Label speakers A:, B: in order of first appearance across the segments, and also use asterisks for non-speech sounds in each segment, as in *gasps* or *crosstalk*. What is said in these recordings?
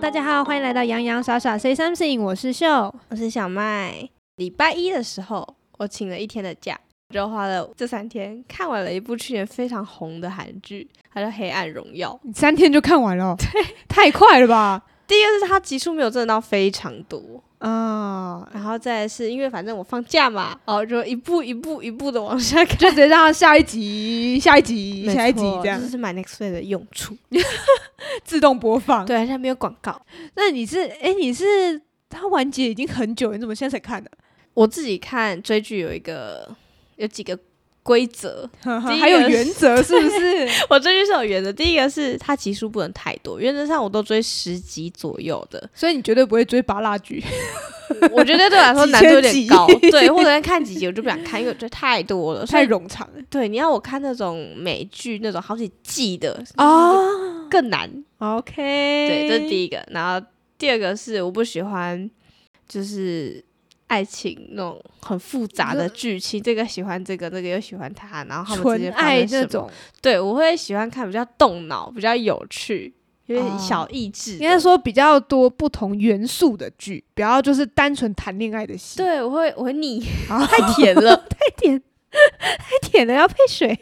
A: 大家好，欢迎来到洋洋傻傻 Say Something，我是秀。
B: 我是小麦。礼拜一的时候，我请了一天的假，就花了这三天看完了一部去年非常红的韩剧，它叫《黑暗荣耀》。
A: 你三天就看完了，太快了吧？
B: 第一个是它集数没有真的到非常多，
A: 啊、
B: 然后再来是因为反正我放假嘛，哦，就一步一步一步的往下看。
A: *laughs* 就直接让它下一集、下一集、 *laughs* 下一集这样
B: 这是买 Nextplay 的用处。
A: 自动播放。，
B: 对，现在没有广告。
A: 那你是哎，你是它完结已经很久，你怎么现在才看的？
B: 我自己看追剧有一个有几个规则，第一个
A: 还有原则是不 *laughs* 是？，
B: *laughs* 我追剧是有原则，第一个是它集数不能太多，原则上我都追十集左右的
A: 所以你绝对不会追拔蜡剧。
B: 我觉得对我来说
A: 几千
B: 难度有点
A: 集
B: 高，对，
A: *laughs*
B: 或者看几集我就不想看，因为我觉得太多了，所
A: 太
B: 以
A: 冗长了
B: 对，你要我看那种美剧那种好几季的
A: 啊。
B: 更难，
A: OK，
B: 对，
A: 对
B: 这是第一个，然后第二个是我不喜欢就是。爱情那种很复杂的剧情，这个喜欢这个，那个又喜欢他，然后他们之
A: 纯
B: 间
A: 爱
B: 这
A: 那，种，
B: 对我会喜欢看比较动脑、比较有趣、有
A: 哦
B: 点小益智的。
A: 应该说比较多不同元素的剧，不要就是单纯谈恋爱的戏。，
B: 对，我会我会腻，*laughs*
A: 啊
B: 太甜了，
A: 太甜，太哎甜了，要配水。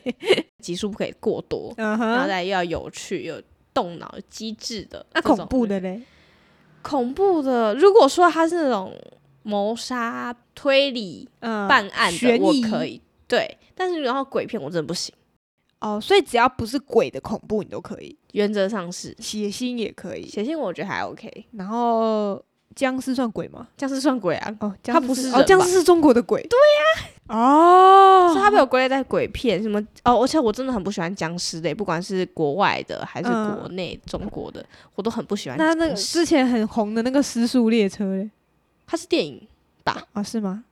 B: 集数不可以过多，
A: 嗯
B: 然后
A: 哼，
B: 再又要有趣、有动脑、有机智的。
A: 那
B: 这种
A: 恐怖的嘞？
B: 恐怖的，如果说它是那种谋杀、推理、
A: 嗯，
B: 办案的，
A: 悬
B: 我
A: 疑
B: 可以。对，但是然后鬼片我真的不行，
A: 哦，所以只要不是鬼的恐怖，你都可以，
B: 原则上是
A: 血腥也可以。
B: 写信我觉得还 OK，
A: 然后僵尸算鬼吗？
B: 僵尸算鬼啊，
A: 哦，
B: 它
A: 僵尸
B: 不是
A: 哦，
B: 人
A: 僵
B: 吧
A: 尸是中国的鬼。对呀、哦，
B: 所以它被我归类在鬼片什么哦，而且我真的很不喜欢僵尸类，不管是国外的还是
A: 嗯
B: 国内、中国的，我都很不喜欢僵
A: 那
B: 尸。
A: 那个之前很红的那个《失速列车》嘞？
B: 它是电影吧？
A: 啊，是吗？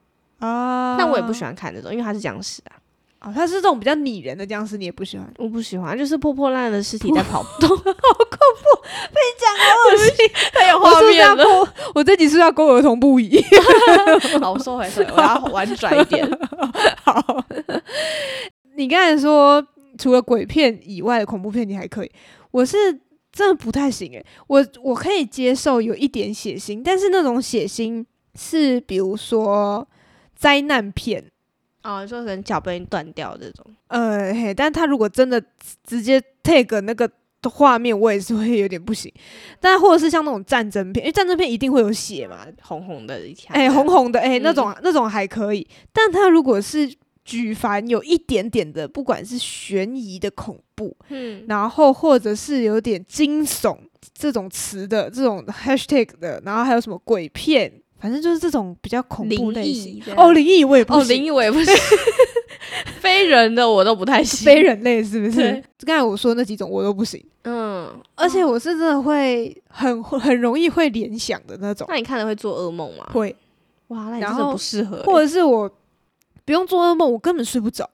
A: 啊，
B: 但我也不喜欢看那种，因为它是僵尸啊，
A: 哦，它是这种比较拟人的僵尸，你也不喜欢。
B: 我不喜欢，就是破破烂烂的尸体在跑动，太有
A: 我
B: 画
A: 是不是
B: 面
A: 要
B: 了。
A: 勾，我这集是不是要勾儿童不宜。
B: 好，我收回，收回，我要婉转一点。
A: 好， *laughs* 你刚才说除了鬼片以外的恐怖片你还可以，我是真的不太行诶、我我可以接受有一点血腥，但是那种血腥是比如说灾难片，
B: *laughs* 哦，就可能脚被断掉这种，
A: 呃嘿，但他如果真的直直接 take 那个。画面我也是会有点不行，但或者是像那种战争片，因为战争片一定会有血嘛，
B: 红红的一条，
A: 哎、红红的，哎、那
B: 嗯
A: 种、那种还可以，但它如果是举凡有一点点的，不管是悬疑的恐怖，
B: 嗯，
A: 然后或者是有点惊悚这种词的这种 hashtag 的，然后还有什么鬼片，反正就是这种比较恐怖
B: 灵
A: 类型
B: 异。这样
A: 哦，灵异我也不
B: 哦，
A: 行，
B: 灵异我也不行， *laughs* 非人的我都不太行，
A: 非，人类是不是
B: 对？
A: 刚才我说那几种我都不行，
B: 嗯，
A: 而且我是真的会很很容易会联想的那种，
B: 那你看了会做噩梦吗？
A: 会。
B: 哇，那你
A: 然
B: 真的
A: 后
B: 不适合欸，
A: 或者是我不用做噩梦，我根本睡不着，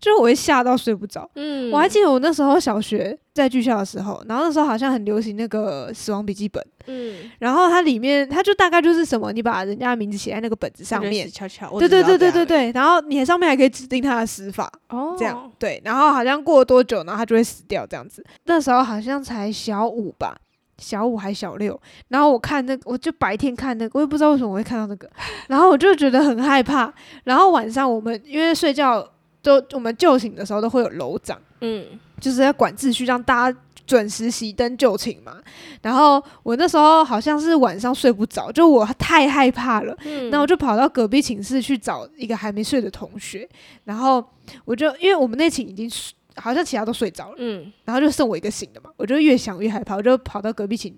A: 就是我会吓到睡不着。
B: 嗯
A: 我还记得我那时候小学在剧校的时候，然后那时候好像很流行那个《死亡笔记本》，
B: 嗯，
A: 然后它里面它就大概就是什么，你把人家的名字写在那个本子上面，
B: 悄悄，我
A: 对
B: 只知
A: 对
B: 道
A: 对对
B: 这
A: 对
B: 样而已，
A: 对，然后你上面还可以指定它的死法，
B: 哦，
A: 这样，对，然后好像过了多久，然后它就会死掉这样子。那时候好像才小五吧，小五还小六，然后我看那个，我就白天看那个，我也不知道为什么我会看到那个，然后我就觉得很害怕。然后晚上我们因为睡觉都我们就寝的时候都会有楼长，
B: 嗯，
A: 就是要管秩序，让大家。准时熄灯就寝嘛，然后我那时候好像是晚上睡不着，就我太害怕了，那我
B: 就
A: 就跑到隔壁寝室去找一个还没睡的同学，然后我就因为我们那寝已经睡好像其他都睡着了，
B: 嗯。
A: 然后就剩我一个醒的嘛，我就越想越害怕，我就跑到隔壁寝，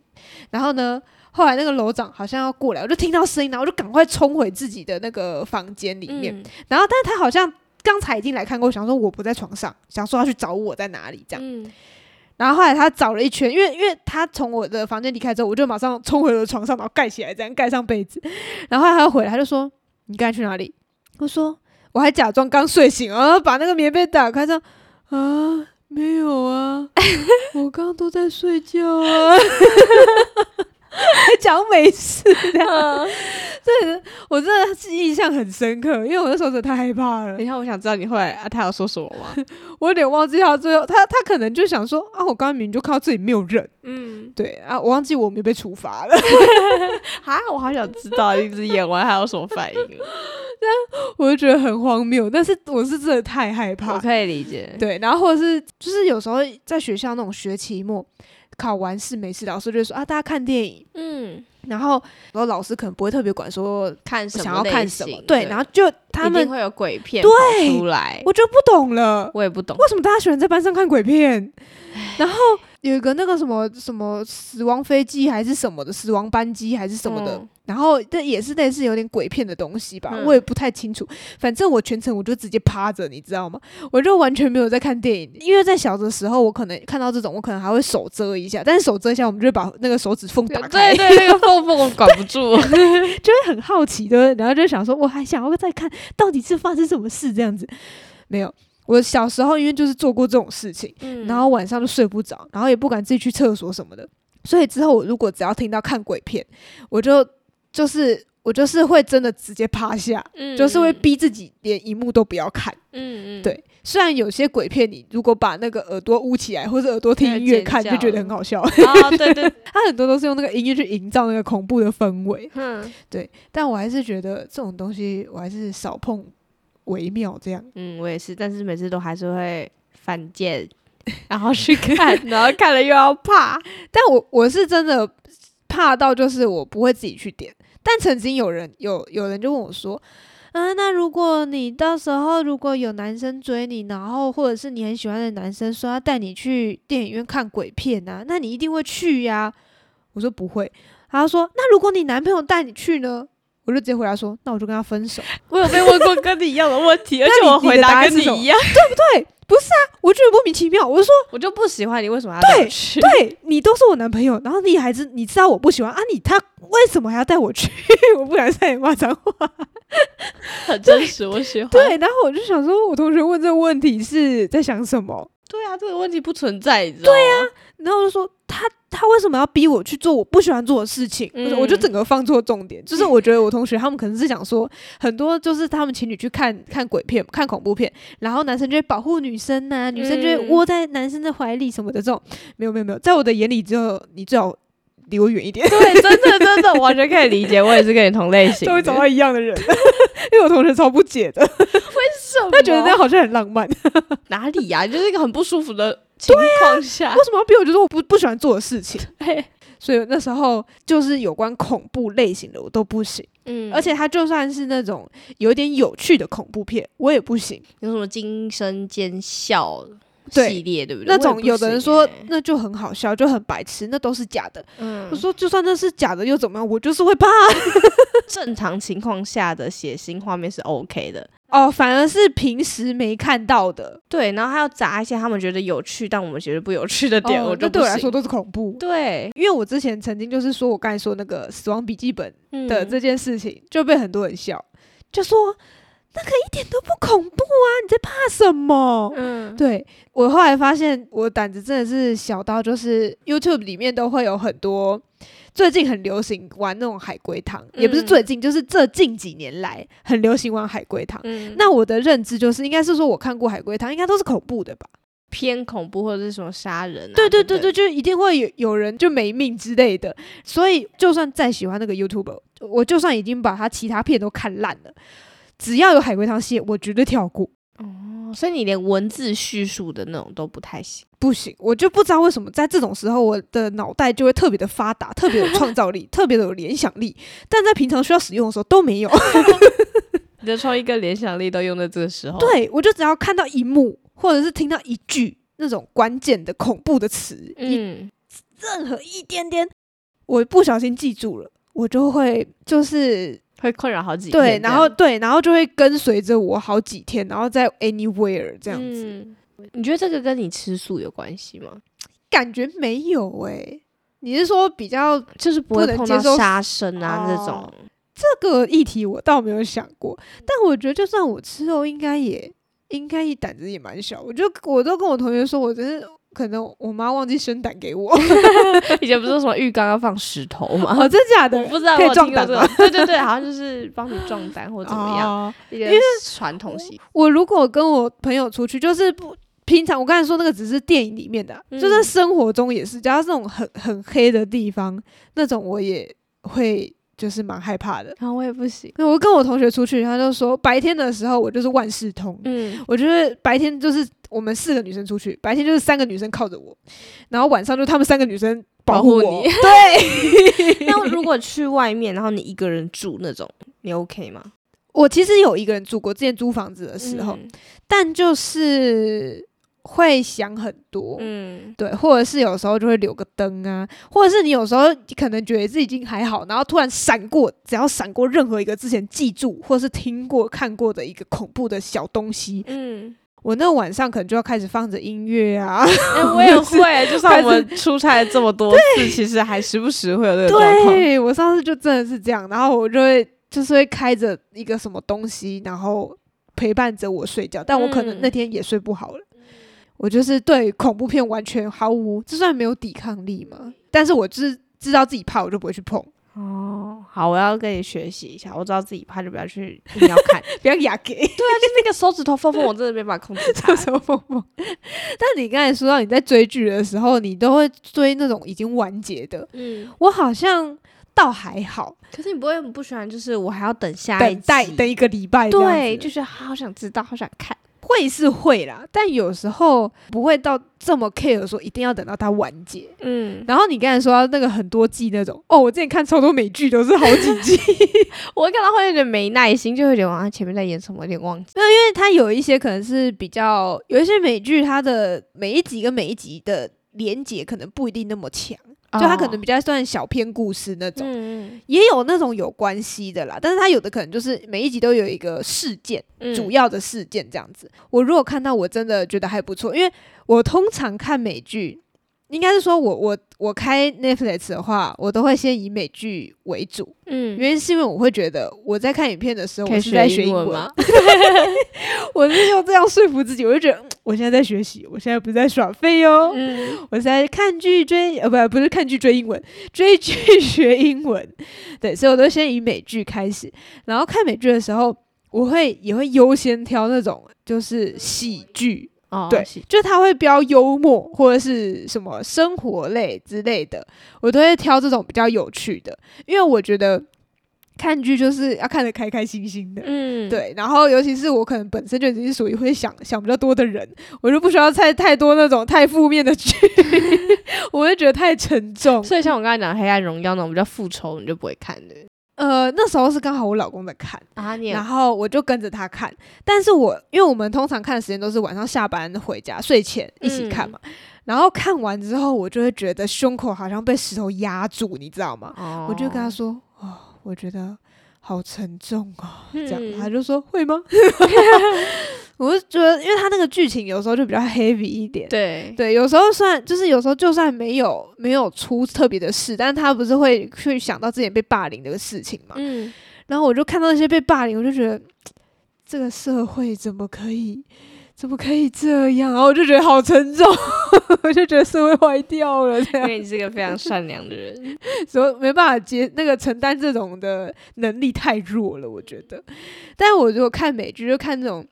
A: 然后呢，后来那个楼长好像要过来，我就听到声音，然后我就赶快冲回自己的那个房间里面，
B: 嗯
A: 然后但是他好像刚才已经来看过，想说我不在床上，想说要去找我在哪里这样，
B: 嗯
A: 然后后来他找了一圈，因为因为他从我的房间离开之后，我就马上冲回我的床上，然后盖起来，这样盖上被子。然后后来他又回来，他就说：“你刚才去哪里？”我说：“我还假装刚睡醒，啊，把那个棉被打开，这样啊，没有啊，我刚刚都在 *laughs*
B: 嗯
A: 睡觉啊。”还讲没事，这样，我真的是印象很深刻，因为我那时候真的太害怕了
B: 等一，下，我想知道你后来啊，他有说什么吗？
A: *laughs* 我有点忘记他最后他他可能就想说啊，我刚刚明明就看到这里没有人，
B: *laughs* 嗯，
A: 对啊，我忘记我没被处罚了， *laughs*
B: 哈，我好想知道，一直演完还有什么反 *laughs* 应？
A: 我就觉得很荒谬，但是我是真的太害怕
B: 我，可以理解，
A: 对，然后或者是就是有时候在学校那种学期末考完试没事，老师就会说啊，大家看电影，
B: 嗯，
A: 然后然后老师可能不会特别管说
B: 看什么
A: 想要看什
B: 类
A: 么
B: 型，
A: 对，然后就他
B: 一
A: 们
B: 定会有鬼片
A: 对
B: 跑出来，
A: 我就不懂了，
B: 我也不懂，
A: 为什么大家喜欢在班上看鬼片？然后有一个那个什么什么死亡飞机还是什么的，死亡班机还是什么的，
B: 嗯
A: 然后这也是类似有点鬼片的东西吧，
B: 嗯
A: 我也不太清楚。反正我全程我就直接趴着，你知道吗？我就完全没有在看电影，因为在小的时候我可能看到这种，我可能还会手遮一下，但是手遮一下，我们就会把那个手指缝打开，
B: 对对，那个缝缝我管不 *laughs* 住，
A: 就会很好奇的，然后就想说，我还想要再看到底是发生什么事这样子。没有，我小时候因为就是做过这种事情。
B: 嗯
A: 然后晚上就睡不着，然后也不敢自己去厕所什么的。所以之后我如果只要听到看鬼片，我就就是我就是会真的直接趴下，
B: 嗯
A: 就是会，逼自己连一幕都不要看。
B: 嗯嗯，
A: 对，虽然有些鬼片你如果把那个耳朵捂起来，或者耳朵听音乐看，
B: 对尖
A: 就
B: 叫
A: 觉得很好笑。
B: 哦，对 *laughs* 对，
A: *laughs* 它很多都是用那个音乐去营造那个恐怖的氛围，
B: 嗯
A: 但我还是觉得这种东西我还是少碰为妙。这样，
B: 嗯，我也是，但是每次都还是会犯贱，然后去 *laughs* 看，然后看了又要怕，
A: 但我我是真的怕到，就是我不会自己去点。但曾经有人有有人就问我说：“啊，那如果你到时候如果有男生追你，然后或者是你很喜欢的男生说要带你去电影院看鬼片啊，那你一定会去呀、我说：“不会。”他说：“那如果你男朋友带你去呢？”我就直接回答说：“那我就跟他分手。
B: *laughs* 我有被问过跟你一样的问 *laughs* 题，而且
A: 那你
B: 我
A: 你的
B: 回
A: 答
B: 答
A: 案
B: 跟
A: 是
B: 你
A: 什么
B: 一样，”
A: 啊我觉得莫名其妙，我就说
B: 我就不喜欢你，为什么要带我去？
A: 对你都是我男朋友，然后你还知你知道我不喜欢啊你，他为什么还要带我去？ *laughs* 我不敢再也骂脏话。
B: 很真实，我喜欢。
A: 对，然后我就想说，我同学问这个问题是在想什么？
B: 对啊，这个问题不存在，你知道对啊呀、
A: 然后我就说他他为什么要逼我去做我不喜欢做的事情？我就我就
B: 嗯
A: 整个放错重点，就是我觉得我同学他们可能是想说，很多就是他们情侣去看看鬼片、看恐怖片，然后男生就会保护女生呐、女生就会
B: 嗯
A: 窝在男生的怀里什么的这种，没有没有没有，在我的眼里只有你最好离我远一
B: *laughs*
A: 点，
B: 对，真的真的，我完全可以理解，我也是跟你同类 *laughs* 型
A: 就
B: 的。
A: 会找到一样的人， *laughs* 因为我同学超不解的，
B: 他
A: *laughs* 他觉得那样好像很浪漫， *laughs* 为
B: 哪里呀、就是一个很不舒服的情况下。
A: 什么要逼我去做我不不喜欢做的事情？
B: *laughs* 对，
A: 所以那时候就是有关恐怖类型的我都不行，
B: 嗯
A: 而且它就算是那种有点有趣的恐怖片，我也不行。
B: 有什么惊声尖笑
A: 对
B: 系列，对不对？
A: 那
B: 我
A: 种
B: 也不
A: 有的人
B: 行
A: 说
B: 欸
A: 那就很好笑，就很白痴，那都是假的。我
B: 嗯，
A: 说就算那是假的又怎么样，我就是会怕。
B: 正常情况下的血腥画面是 OK 的。
A: 哦，反而是平时没看到的
B: 对，然后还要砸一些他们觉得有趣，但我们觉得不有趣的点，我
A: 哦那
B: 就
A: 对
B: 不
A: 我来
B: 行
A: 说，都是恐怖。
B: 对
A: 因为我之前曾经就是说我刚才说那个《死亡笔记本》的
B: 嗯
A: 这件事情，就被很多人笑，就说那个一点都不恐怖啊，你在怕什么？
B: 嗯
A: 对我后来发现，我胆子真的是小到，就是 YouTube 里面都会有很多最近很流行玩那种海龟汤，也不是
B: 嗯
A: 最近，就是这近几年来很流行玩海龟汤。
B: 嗯
A: 那我的认知就是，应该是说我看过海龟汤，应该都是恐怖的吧？
B: 偏恐怖或者是什么杀人、啊，
A: 对对
B: 对
A: 对对，就一定会有有人就没命之类的。所以，就算再喜欢那个 YouTube，我就算已经把他其他片都看烂了，只要有海龟汤戏，我绝对跳过。
B: 哦，所以你连文字叙述的那种都不太行。
A: 不行，我就不知道为什么在这种时候，我的脑袋就会特别的发达，特别有创
B: *laughs*
A: 造力，特别的有联想力，但在平常需要使用的时候都没
B: 哦
A: 有。
B: 你的创意跟联想力都用在这个时候，，
A: *laughs* 对我就只要看到一幕，或者是听到一句那种关键的恐怖的词，一
B: 嗯，
A: 任何一点点，我不小心记住了，我就会就是
B: 会困扰好几
A: 对，
B: 天这
A: 然
B: 样
A: 后对，然后就会跟随着我好几天，然后在 anywhere 这样子，
B: 嗯你觉得这个跟你吃素有关系吗？
A: 感觉没有诶、你是说比较
B: 就是不
A: 不
B: 会
A: 能
B: 碰
A: 接
B: 到
A: 受
B: 杀生啊那
A: 哦
B: 种，
A: 这个议题我倒没有想过，
B: 嗯
A: 但我觉得就算我吃肉，应该也应该胆子也蛮小。我就我都跟我同学说，我真是可能我妈忘记生胆给我，
B: *laughs*
A: *laughs*
B: 以前不是说什么浴缸要放石头吗？
A: 哦，真假的？
B: *laughs* 我不知道，
A: 可以
B: 我有
A: 壮
B: 听过
A: 胆
B: 这个
A: 吗，
B: 对对对，好像就是帮你壮胆或怎么样，
A: 哦
B: 一个传统习
A: 我如果跟我朋友出去，就是不平常我刚才说那个只是电影里面的啊，
B: 嗯
A: 就是生活中也是，只要是那种很很黑的地方，那种我也会就是蛮害怕的。
B: 哦然后我也不行，
A: 那我跟我同学出去，他就说白天的时候我就是万事通，
B: 嗯，
A: 我就是白天就是我们四个女生出去，白天就是三个女生靠着我，然后晚上就他们三个女生
B: 保
A: 护
B: 护
A: 我。
B: *laughs* 你 *laughs*
A: 对，
B: 那如果去外面，然后你一个人住那种，你 OK 吗？
A: *laughs* 我其实有一个人住过，之前租房子的时候，
B: 嗯
A: 但就是会想很多，
B: 嗯，
A: 对，或者是有时候就会留个灯啊，或者是你有时候可能觉得自己已经还好，然后突然闪过，只要闪过任何一个之前记住或是听过、看过的一个恐怖的小东西，
B: *laughs* 嗯， *laughs*
A: 我那晚上可能就要开始放着音乐啊，
B: 哎、我也会，就像我
A: 还是
B: 们出差了这么多次，其实还时不时会有这
A: *laughs*
B: 个状况。
A: 对我上次就真的是这样，然后我就会就是会开着一个什么东西，然后陪伴着我睡觉，但我可能
B: 嗯
A: 那天也睡不好了。我就是对恐怖片完全毫无，这算没有抵抗力吗？但是我知知道自己怕，我就不会去碰，
B: 哦，好，我要跟你学习一下，我知道自己怕就不要去，硬要 *laughs* 看。
A: 不要压给。
B: 那个手指头
A: *laughs*
B: 缝缝，我真的没办法控制它 *laughs*
A: 这。时候疯疯。但你刚才说到你在追剧的时候，你都会追那种已经完结的，
B: 嗯，
A: 我好像倒还好，
B: 可是你不会很不喜欢，就是我还要等下一
A: 等
B: 集
A: 待等一个礼拜这样子，
B: 对，就是好想知道，好想看。
A: 会是会啦，但有时候不会到这么 care 说一定要等到它完结。
B: 嗯，
A: 然后你刚才说到那个很多季那种，哦，我之前看超多美剧都是好几 *laughs* 季，
B: *laughs* 我看到会有点没耐心，就会觉得啊，前面在演什么，有点忘记。
A: 因为它有一些可能是比较有一些美剧，它的每一集跟每一集的连结可能不一定那么强，
B: 啊就
A: 就它可能比较算小篇故事那种。
B: 哦嗯
A: 也有那种有关系的啦，但是它有的可能就是每一集都有一个事件，
B: 嗯
A: 主要的事件这样子。我如果看到，我真的觉得还不错，因为我通常看美剧，应该是说我我我开 Netflix 的话，我都会先以美剧为主，
B: 嗯
A: 原因是因为我会觉得我在看影片的时候，
B: 可
A: 我
B: 以
A: 是在
B: 学
A: 学
B: 英
A: 英
B: 文
A: 文，
B: *laughs* 吗？
A: *laughs* 我是用这样说服自己，我就觉得嗯我现在在学习，我现在不是在耍废哦，
B: 嗯，
A: 我是在看剧追，呃，不，不是看剧追英文， *laughs* 追剧学英文。 *laughs* 对，所以我都先以美剧开始，然后看美剧的时候，我会也会优先挑那种就是喜剧，
B: 哦，
A: 对，
B: 是
A: 就它会标幽默或者是什么生活类之类的，我都会挑这种比较有趣的，因为我觉得看剧就是要看得开开心心的。
B: 嗯，
A: 对，然后尤其是我可能本身就已经是属于会想想比较多的人，我就不需要太太多那种太负面的剧， *laughs* 我会觉得太沉重。
B: 所以像我刚才讲《黑暗荣耀》那种比较复仇，你就不会看的
A: 呃，那时候是刚好我老公在看，
B: 啊？你也
A: 然后我就跟着他看，但是我因为我们通常看的时间都是晚上下班回家睡前一起看
B: 嗯
A: 嘛，然后看完之后我就会觉得胸口好像被石头压住，你知道吗？
B: 哦
A: 我就跟他说：“哦，我觉得好沉重哦。”
B: 嗯
A: 这样，他就说会吗？ *laughs* 我就觉得，因为他那个剧情有时候就比较 heavy 一点。
B: *laughs* 对
A: 对，有时候算就是有时候就算没有没有出特别的事，但是他不是会去想到之前被霸凌的事情嘛？
B: 嗯，
A: 然后我就看到那些被霸凌，我就觉得这个社会怎么可以怎么可以这样？然后我就觉得好沉重， *laughs* 我就觉得社会坏掉了，这
B: 因
A: 样
B: 为你是个非常善良的 *laughs* 人。
A: 所以没办法接那个承担这种的能力太弱了，我觉得。但我如果看美剧，就看那种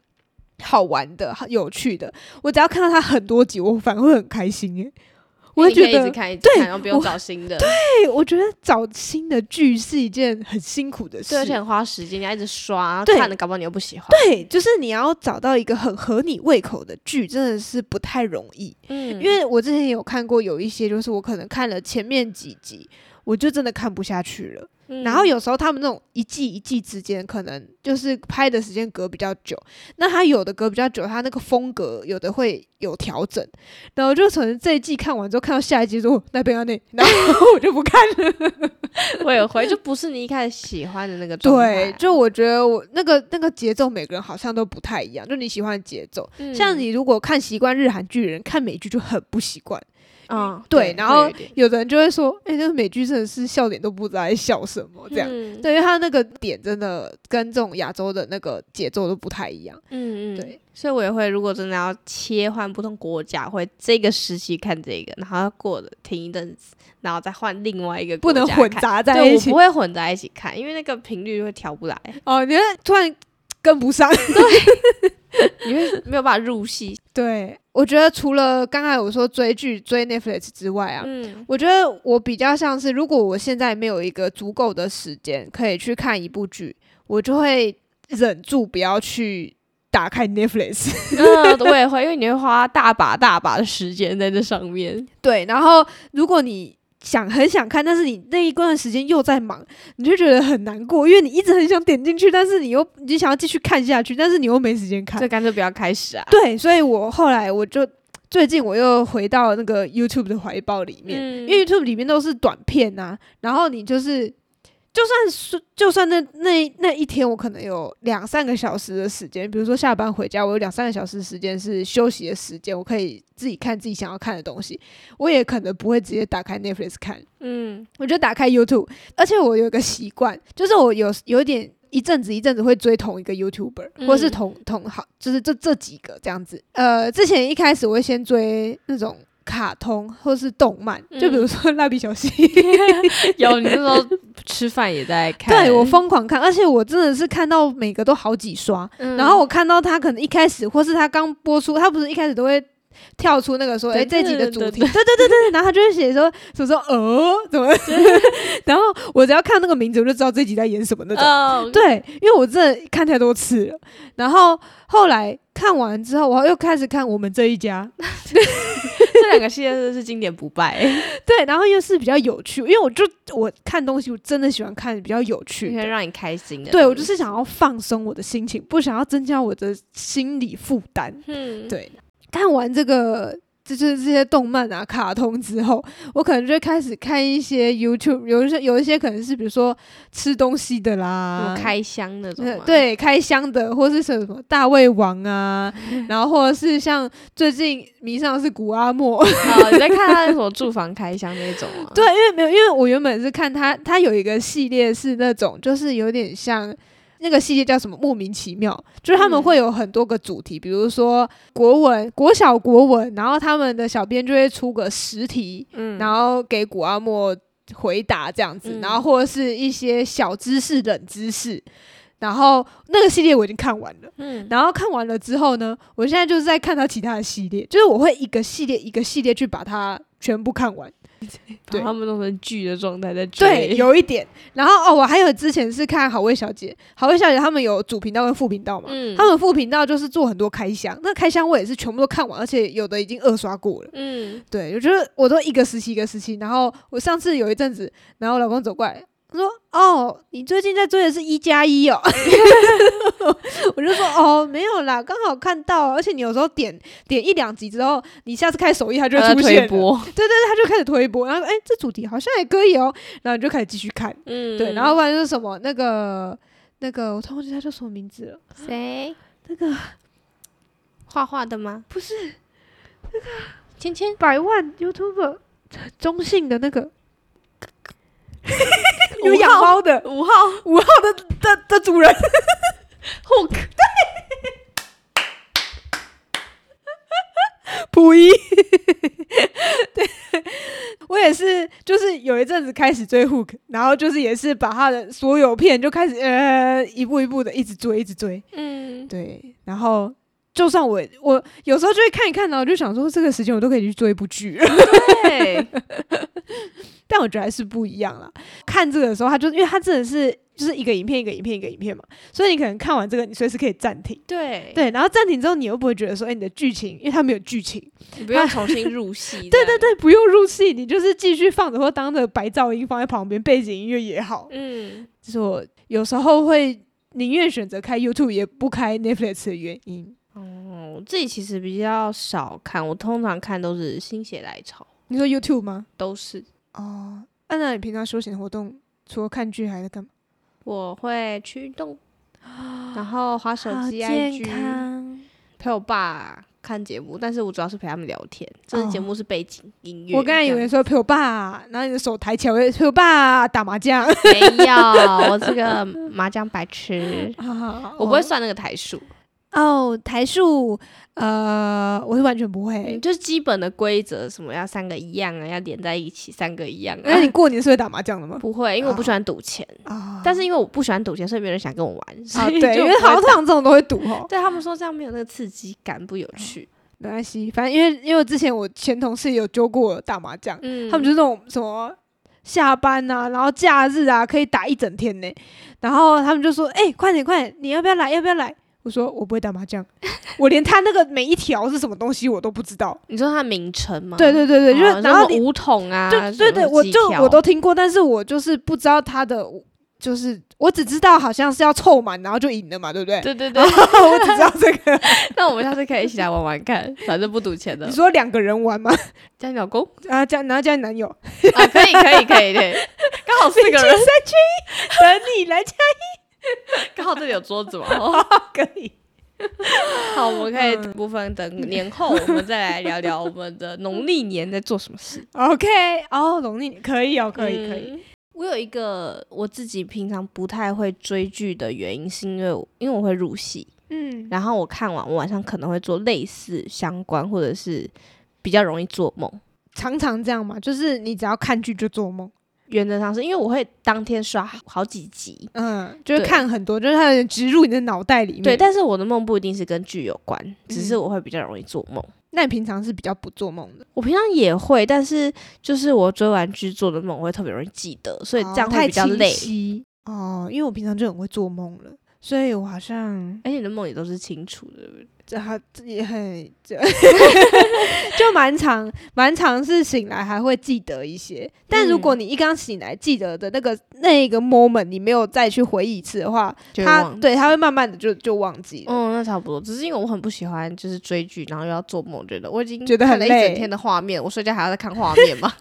A: 好玩的、好有趣的，我只要看到它很多集，我反而会很开心耶。我会
B: 你可
A: 觉
B: 以一直
A: 得，
B: 看，一直
A: 对
B: 看，然后不用
A: 我
B: 找新的，
A: 对，我觉得找新的剧是一件很辛苦的
B: 对，
A: 事
B: 而且。很花时间，你要一直刷，
A: 对
B: 看了搞不好你又不喜欢。
A: 对，就是你要找到一个很合你胃口的剧，真的是不太容易。
B: 嗯
A: 因为我之前有看过有一些，就是我可能看了前面几集，我就真的看不下去了。
B: 嗯
A: 然后有时候他们那种一季一季之间，可能就是拍的时间隔比较久，那他有的隔比较久，他那个风格有的会有调整，然后就可能这一季看完之后，看到下一季说哦那边要那，然后 *laughs* 我就不看了。
B: 我也会，就不是你一开始喜欢的那个状态
A: 对，。就我觉得我那个那个节奏，每个人好像都不太一样，就你喜欢的节奏。
B: 嗯
A: 像你如果看习惯日韩剧的人，看美剧就很不习惯，
B: 嗯，
A: 对然
B: 会
A: 后
B: 有一点
A: 有的人就会说，哎、那个美剧真的是笑点都不知道在笑什
B: *laughs*
A: 么这样。
B: 嗯
A: 对，因为他那个点真的跟这种亚洲的那个节奏都不太一样。
B: 嗯嗯，
A: 对，
B: 所以我也会，如果真的要切换不同国家，会这个时期看这个，然后过了停一阵子，然后再换另外一个
A: 不
B: 国
A: 能
B: 家
A: 混
B: 看。
A: 杂在
B: 对，
A: 一
B: 我
A: 起
B: 不会混在一起看，因为那个频率会调不来，
A: 哦，你会突然跟
B: *laughs*
A: 不上。
B: 你会没有办法入戏。
A: 对，我觉得除了刚才我说追剧追 Netflix 之外啊，
B: 嗯
A: 我觉得我比较像是，如果我现在没有一个足够的时间可以去看一部剧，我就会忍住不要去打开 Netflix。
B: 嗯，我也会，因为你会花大把大把的时间在这上 *laughs* 面。
A: 对，然后如果你想很想看，但是你那一段时间又在忙，你就觉得很难过，因为你一直很想点进去，但是你又你想要继续看下去，但是你又没时间看
B: 所。以干脆不要开始啊。
A: 对，所以我后来我就最近我又回到那个 YouTube 的怀抱里面，
B: 嗯
A: 因为 YouTube 里面都是短片啊，然后你就是就算是就算那那那一天我可能有两三个小时的时间，比如说下班回家，我有两三个小时的时间是休息的时间，我可以自己看自己想要看的东西，我也可能不会直接打开 Netflix 看，
B: *laughs* 嗯
A: 我就打开 YouTube，而且我有一个习惯，就是我有有一点一阵子一阵子会追同一个 YouTuber，、
B: 嗯
A: 或是同同好，就是这这几个这样子。呃，之前一开始我会先追那种卡通或是动漫，就比如说蜡笔小新，
B: 有你那时候吃饭也 *laughs* 在看，
A: 对我疯狂看，而且我真的是看到每个都好几刷，
B: 嗯
A: 然后我看到他可能一开始，或是他刚播出，他不是一开始都会跳出那个说，
B: 对
A: 哎、这集的主
B: 对
A: 题，
B: 对
A: 对对对对，然后他就会写说，什么时候呃，怎么，然后我只要看那个名字，我就知道这集在演什么那种。
B: 哦， *laughs*
A: 对，因为我真的看太多次了，然后后来看完之后，我又开始看我们这一家，
B: 这两个系列真的是经典不败，
A: 对，然后又是比较有趣，因为我就我看东西，我真的喜欢看比较有
B: *laughs*
A: 趣
B: 可以
A: 的，
B: 让你开心的。
A: 对我就是想要放松我的心情，不想要增加我的心理负担。
B: 嗯，
A: 对，看完这个就是这些动漫啊、卡通之后，我可能就会开始看一些 YouTube，有一些有一些可能是比如说吃东西的啦
B: 什么，开箱啊那种
A: 呃
B: 吗，
A: 对开箱的，或是什么大胃王
B: *laughs*
A: 啊，然后或者是像最近迷上的是古阿莫，
B: 哦，你在看他那种住房开箱那种啊 *laughs* 吗？
A: 对，因为没有，因为我原本是看他，他有一个系列是那种就是有点像。那个系列叫什么？莫名其妙，就是他们
B: 嗯
A: 会有很多个主题，比如说国文、国小国文，然后他们的小编就会出个十题，
B: 嗯，
A: 然后给古阿莫回答这样子，
B: 嗯
A: 然后或者是一些小知识、冷知识。然后那个系列我已经看完了，
B: 嗯，
A: 然后看完了之后呢，我现在就是在看他其他的系列，就是我会一个系列一个系列去把它全部看完。
B: 把
A: 对
B: 他们弄成剧的状态在追，
A: 对，有一点。然后哦，我还有之前是看好味小姐，好味小姐他们有主频道跟副频道嘛，
B: 嗯，
A: 他们副频道就是做很多开箱，那开箱我也是全部都看完，而且有的已经二刷过了。
B: 嗯，
A: 对，我觉得我都一个时期一个时期。然后我上次有一阵子，然后我老公走过来，他说：“哦，你最近在追的是一加一哦。” *laughs* 我就说：“哦，没有啦，刚好看到，啊而且你有时候点点一两集之后，你下次开首页它就
B: 他
A: 会
B: 在
A: 出现
B: 呃推
A: 了，
B: *laughs* 播，
A: 他就开始推播。然后说哎，这主题好像也可以哦，然后你就开始继续看。
B: 嗯，
A: 对，然后不然就是什么那个那个，我突然忘记他叫什么名字了，
B: 谁
A: 那个
B: 画画的吗？
A: 不是
B: 芊芊，
A: 百万 YouTuber 中性的那个
B: 五
A: *laughs* 有养
B: 号
A: 猫的。”
B: 五号
A: 五号的 *laughs* 的的主人
B: hook，
A: *laughs* 溥仪。对，我也是，就是有一阵子开始追 Hook，然后就是也是把他的所有片就开始呃一步一步的一直追，一直追。
B: *laughs* 嗯，
A: 对，然后就算我我有时候就会看一看，然后就想说这个时间我都可以去追一部剧了， *laughs*
B: 对，
A: 但我觉得还是不一样啦。看这个的时候，他就因为他真的是就是一个影片一个影片一个影片嘛，所以你可能看完这个，你随时可以暂停。
B: 对，
A: 对，然后暂停之后，你又不会觉得说，哎、你的剧情，因为它没有剧情， *laughs*
B: 你不用重新入戏，
A: 对对，对，不用入戏，你就是继续放着或当着白噪音放在旁边，背景音乐也好。
B: 嗯，
A: 这是我有时候会宁愿选择开 YouTube 也不开 Netflix 的原因。
B: 哦，我自己其实比较少看，我通常看都是心血来潮，
A: 你说 YouTube 吗？
B: 都是
A: 哦，啊、那你平常休闲活动除了看剧还在干嘛？
B: 我会去运动，然后滑手机、
A: 啊好健
B: IG，
A: 康。
B: 陪我爸看节目，但是我主要是陪他们聊天，这节目是背景音乐。
A: 哦我刚才以为说陪我爸，然后你的手抬起来，我就陪我爸打
B: *laughs*
A: 麻将。，
B: 这样没有，我这个麻将白痴
A: *laughs* 啊
B: 我不会算那个台数，
A: 哦，台数，呃，我是完全不会
B: 嗯。就是基本的规则，什么要三个一样啊，要连在一起，三个一样啊
A: 那。你过年是会打麻将的吗？
B: 不会，因为我不喜欢赌钱，
A: 啊，
B: 但是因为我不喜欢赌钱，所以没人想跟我玩。所
A: 啊，
B: 以
A: 对，
B: 就
A: 因
B: 不
A: 为
B: 会
A: 好像
B: 打
A: 通常这种都会赌
B: *laughs*
A: 哦。
B: 对他们说这样没有那个刺激感，不有趣。
A: 没关系，反正因为因为我之前我前同事有揪过打麻将，
B: 嗯
A: 他们就是那种什么下班呐、然后假日啊，可以打一整天呢。然后他们就说：“哎、快点快点，你要不要来？要不要来？”我说：“我不会打
B: *laughs*
A: 麻将，我连他那个每一条是什么东西我都不知道。
B: 你说它的名称吗？”
A: 对对对对，就
B: 哦
A: 是然后
B: 什
A: 你
B: 么五桶啊，
A: 就
B: 什么
A: 对对，我
B: 几
A: 就
B: 条
A: 我都听过，但是我就是不知道他的，就是我只知道好像是要凑满，然后就赢了嘛，对不对？
B: 对对
A: *laughs*
B: 对。
A: 我只知道这
B: *laughs*
A: 个。
B: 那我们下次可以一起来玩玩看，反正不赌钱的
A: 你。说两个人玩吗？ *laughs*
B: 加你老公
A: 啊，加然后加你男
B: *laughs*
A: 友，
B: 啊，可以可以可以，
A: *laughs*
B: 对，刚好四个人，
A: 等你来加
B: *laughs* 刚好这里有桌子嘛。
A: *laughs*
B: 哦
A: 可以。嗯
B: 好，我们可以部分等年后我们再来聊聊我们的农历年在做什么事。
A: OK，哦，龙力可以哦， *laughs* 可以可以。
B: 嗯。我有一个我自己平常不太会追剧的原因，是因为我因为我会入戏，
A: 嗯，
B: 然后我看完，我晚上可能会做类似相关，或者是比较容易做梦。
A: 常常这样嘛，就是你只要看剧就做梦，
B: 原则上是因为我会当天刷好几集，
A: 嗯，就是
B: 对
A: 看很多，就是它有点植入你的脑袋里面。嗯
B: 对，但是我的梦不一定是跟剧有关，只是我会比较容易做梦。
A: 那你平常是比较不做梦的，
B: 我平常也会，但是就是我追完剧做的梦，我会特别容易记得，所以这样
A: 哦
B: 会比较累
A: 太。清晰哦，因为我平常就很会做梦了，所以我好像
B: 而且你的梦也都是清楚的，对不对
A: 这还这也很这 *laughs* 就蛮长蛮长是醒来还会记得一些，但如
B: 嗯
A: 果你一刚醒来记得的那个那个 moment 你没有再去回忆一次的话，
B: 就会
A: 它
B: 忘
A: 对它会慢慢的就就忘记了。
B: 嗯，那差不多。只是因为我很不喜欢就是追剧，然后又要做梦，觉得我已经
A: 觉得很
B: 看了一整
A: 累
B: 天的画面，我睡觉还要再看画面
A: *laughs*
B: 嘛。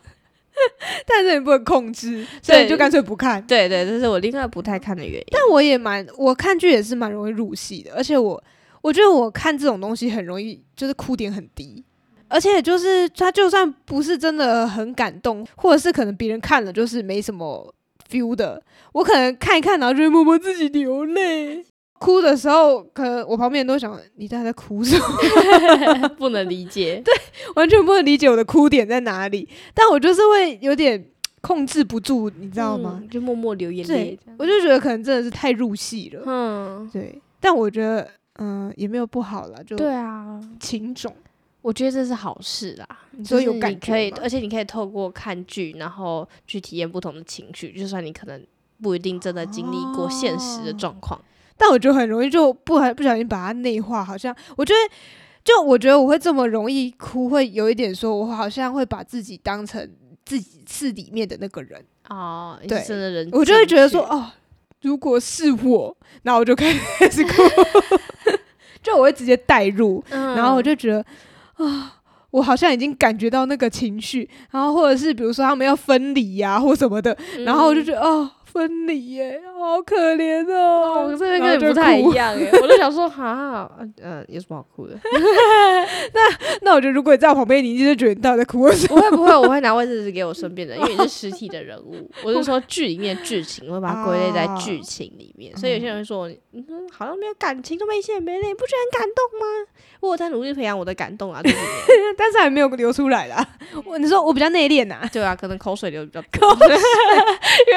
A: 但是你不能控制，所以
B: 对
A: 就干脆不看。
B: 对对，这是我另外不太看的原因。但
A: 但我也蛮，我看剧也是蛮容易入戏的，而且我我觉得我看这种东西很容易，就是哭点很低，而且就是他就算不是真的很感动，或者是可能别人看了就是没什么 feel 的，我可能看一看，然后就会默默自己流泪。哭的时候，可能我旁边人都想你到底在哭什么， *laughs*
B: 不能理解。对，
A: 完全不能理解我的哭点在哪里。但我就是会有点控制不住，你知
B: 知
A: 道吗？
B: 就默默嗯流眼泪
A: 对
B: 这样。
A: 我就觉得可能真的是太入戏了。
B: 嗯，
A: 对，但我觉得，嗯、也没有不好啦，就
B: 对啊，
A: 情种，
B: 我觉得这是好事啦。
A: 你
B: 就
A: 说
B: 是
A: 有
B: 你
A: 感觉
B: 可以，呃
A: 吗
B: 而且你可以透过看剧，然后去体验不同的情绪，就算你可能不一定真的经历过现实的状况。
A: 但我觉得很容易就不不小心把它内化，好像我觉得，就我觉得我会这么容易哭，会有一点说，我好像会把自己当成自己是里面的那个人，
B: 哦，你
A: 对
B: 是真的人，
A: 我就会觉得说，，哦，如果是我，那我就开始
B: *laughs*
A: 哭，就我会直接带入，
B: 嗯
A: 然后我就觉得啊。我好像已经感觉到那个情绪，然后或者是比如说他们要分离呀、或什么的，
B: 嗯
A: 然后我就觉
B: 得。
A: 得哦，分离耶，好可怜哦。
B: 我这边
A: 然后
B: 跟你不
A: 就
B: 太一
A: 哭。
B: 样哎， *laughs* 我就想说，哈，呃，有什么好哭的？
A: *laughs* 那我觉得，如果你在我旁边，你一定就觉得你到底在
B: *laughs*
A: 哭什
B: 不会不会，我会拿卫生纸给我身边的人，因为你是实体的人物。我是说剧里面的剧情，我会把它归类在剧情里面。所以有些人会说，哦嗯，好像没有感情，都没心也没泪，不觉得很感动吗？我有在努力培养我的感动啊，对不对？
A: 么，但是还没有流出来啦。
B: 嗯
A: 我你说我比较内敛呐， *laughs*
B: *laughs* 对啊，可能口水 *laughs* 流得比较多，因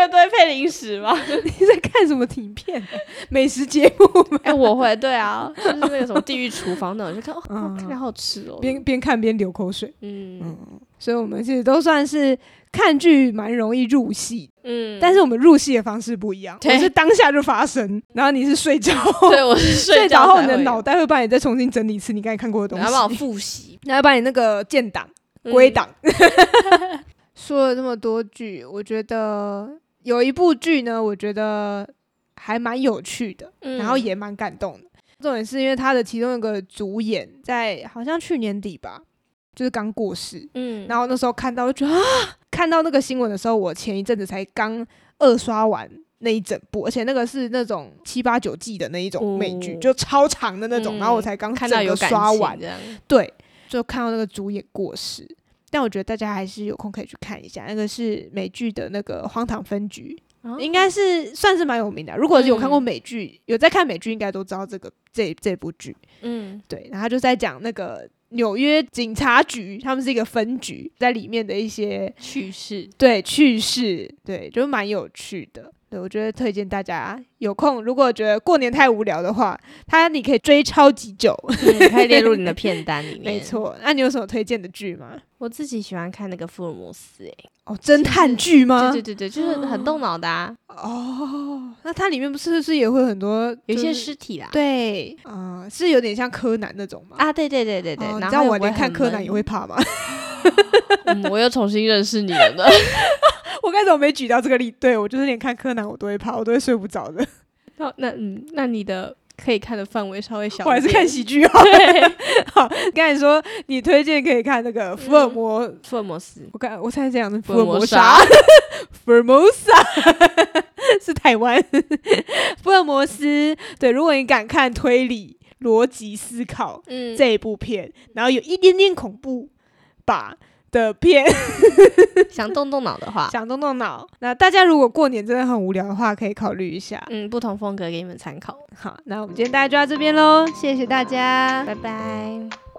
B: 为都会配零食嘛。
A: 你在看什么影片啊、美食节目吗？
B: *laughs* 哎、我会，对啊，就是那个什么地狱厨房那种，就看哦，
A: 嗯
B: 哇看起来好吃哦。
A: 边边看边流口水，
B: 嗯
A: 嗯，所以我们其实都算是看剧蛮容易入戏，
B: 嗯，
A: 但是我们入戏的方式不一样。我
B: 对
A: 是当下就
B: *laughs*
A: 发生，然后你是睡觉，
B: 对我是 *laughs* 睡
A: 睡着后
B: 才
A: 你的
B: 会
A: 脑袋会帮你再重新整理一次你刚才看过的
B: 有，
A: 东
B: 然后帮我
A: 西，
B: 复 *laughs* 习
A: 然后把你那个建档。
B: 嗯 *laughs*
A: 归档。说了那么多剧，我觉得有一部剧呢，我觉得还蛮有趣的，
B: 嗯
A: 然后也蛮感动的。重点是因为他的其中一个主演在好像去年底吧，就是刚过世，
B: 嗯，
A: 然后 *gasps* 那时候看到就觉得啊，看到那个新闻的时候，我前一阵子才刚二刷完。那一整部，而且那个是那种七八九季的那一种美剧，
B: 哦
A: 就超长的那种，
B: 嗯
A: 然后我才刚
B: 看到
A: 整个
B: 有感
A: 刷
B: 情 *laughs*
A: 完，
B: 这样，
A: 对，就看到那个主演过世。但我觉得大家还是有空可以去看一下，那个是美剧的那个《荒唐分局》，应该是算是蛮有名的啊。如果有看过
B: 嗯
A: 美剧，有在看美剧，应该都知道这个这这部剧。
B: 嗯
A: 对，然后他就在讲那个纽约警察局，他们是一个分局，在里面的一些
B: 去世，
A: 对趣事，对，就蛮有趣的。对，我觉得推荐大家有空，如果觉得过年太无聊的话，它你可以追超级久。
B: *laughs* 嗯可以列入你的片单里面。
A: 没，错，那你有什么推荐的剧吗？
B: 我自己喜欢看那个福尔摩斯、欸，
A: 哦，侦探剧吗？
B: 对对对对，就是很动脑的啊，
A: 哦，那它里面不是不是也会有很多
B: 有一些
A: 是
B: 尸体啦，
A: 对啊、呃是有点像柯南那种吗？
B: 啊，对对对对对，
A: 哦你
B: 然
A: 知道
B: 后
A: 我
B: 又不会
A: 连看
B: 很
A: 柯南
B: 闷
A: 也会，
B: *laughs*
A: 怕吗？ *laughs*
B: 嗯，我又重新认识你了呢。
A: 我该怎么没举到这个例？对我就是连看柯南我都会怕，我都会睡不着的。
B: 那那嗯，那你的可以看的范围稍微小一点，
A: 我还是看喜剧好了。 *laughs* 好，刚才说你推荐可以看那个福尔摩，
B: 福尔摩斯。
A: 我刚我猜这样的
B: 嗯福
A: 福尔
B: 尔摩
A: 摩
B: 沙
A: 沙，福尔摩沙 *laughs* 是台
B: *laughs*
A: 湾福尔摩斯。对，如果你敢看推理、逻辑思考
B: 嗯，
A: 这一部片，然后有一点点恐怖吧。的片
B: 想动动脑的 *laughs* 话，
A: *laughs* 想动动脑，那大家如果过年真的很无聊的话，可以考虑一下。
B: 嗯，不同风格给你们参考。
A: 好，那我们今天大家就到这边喽，谢谢大家，
B: 拜拜。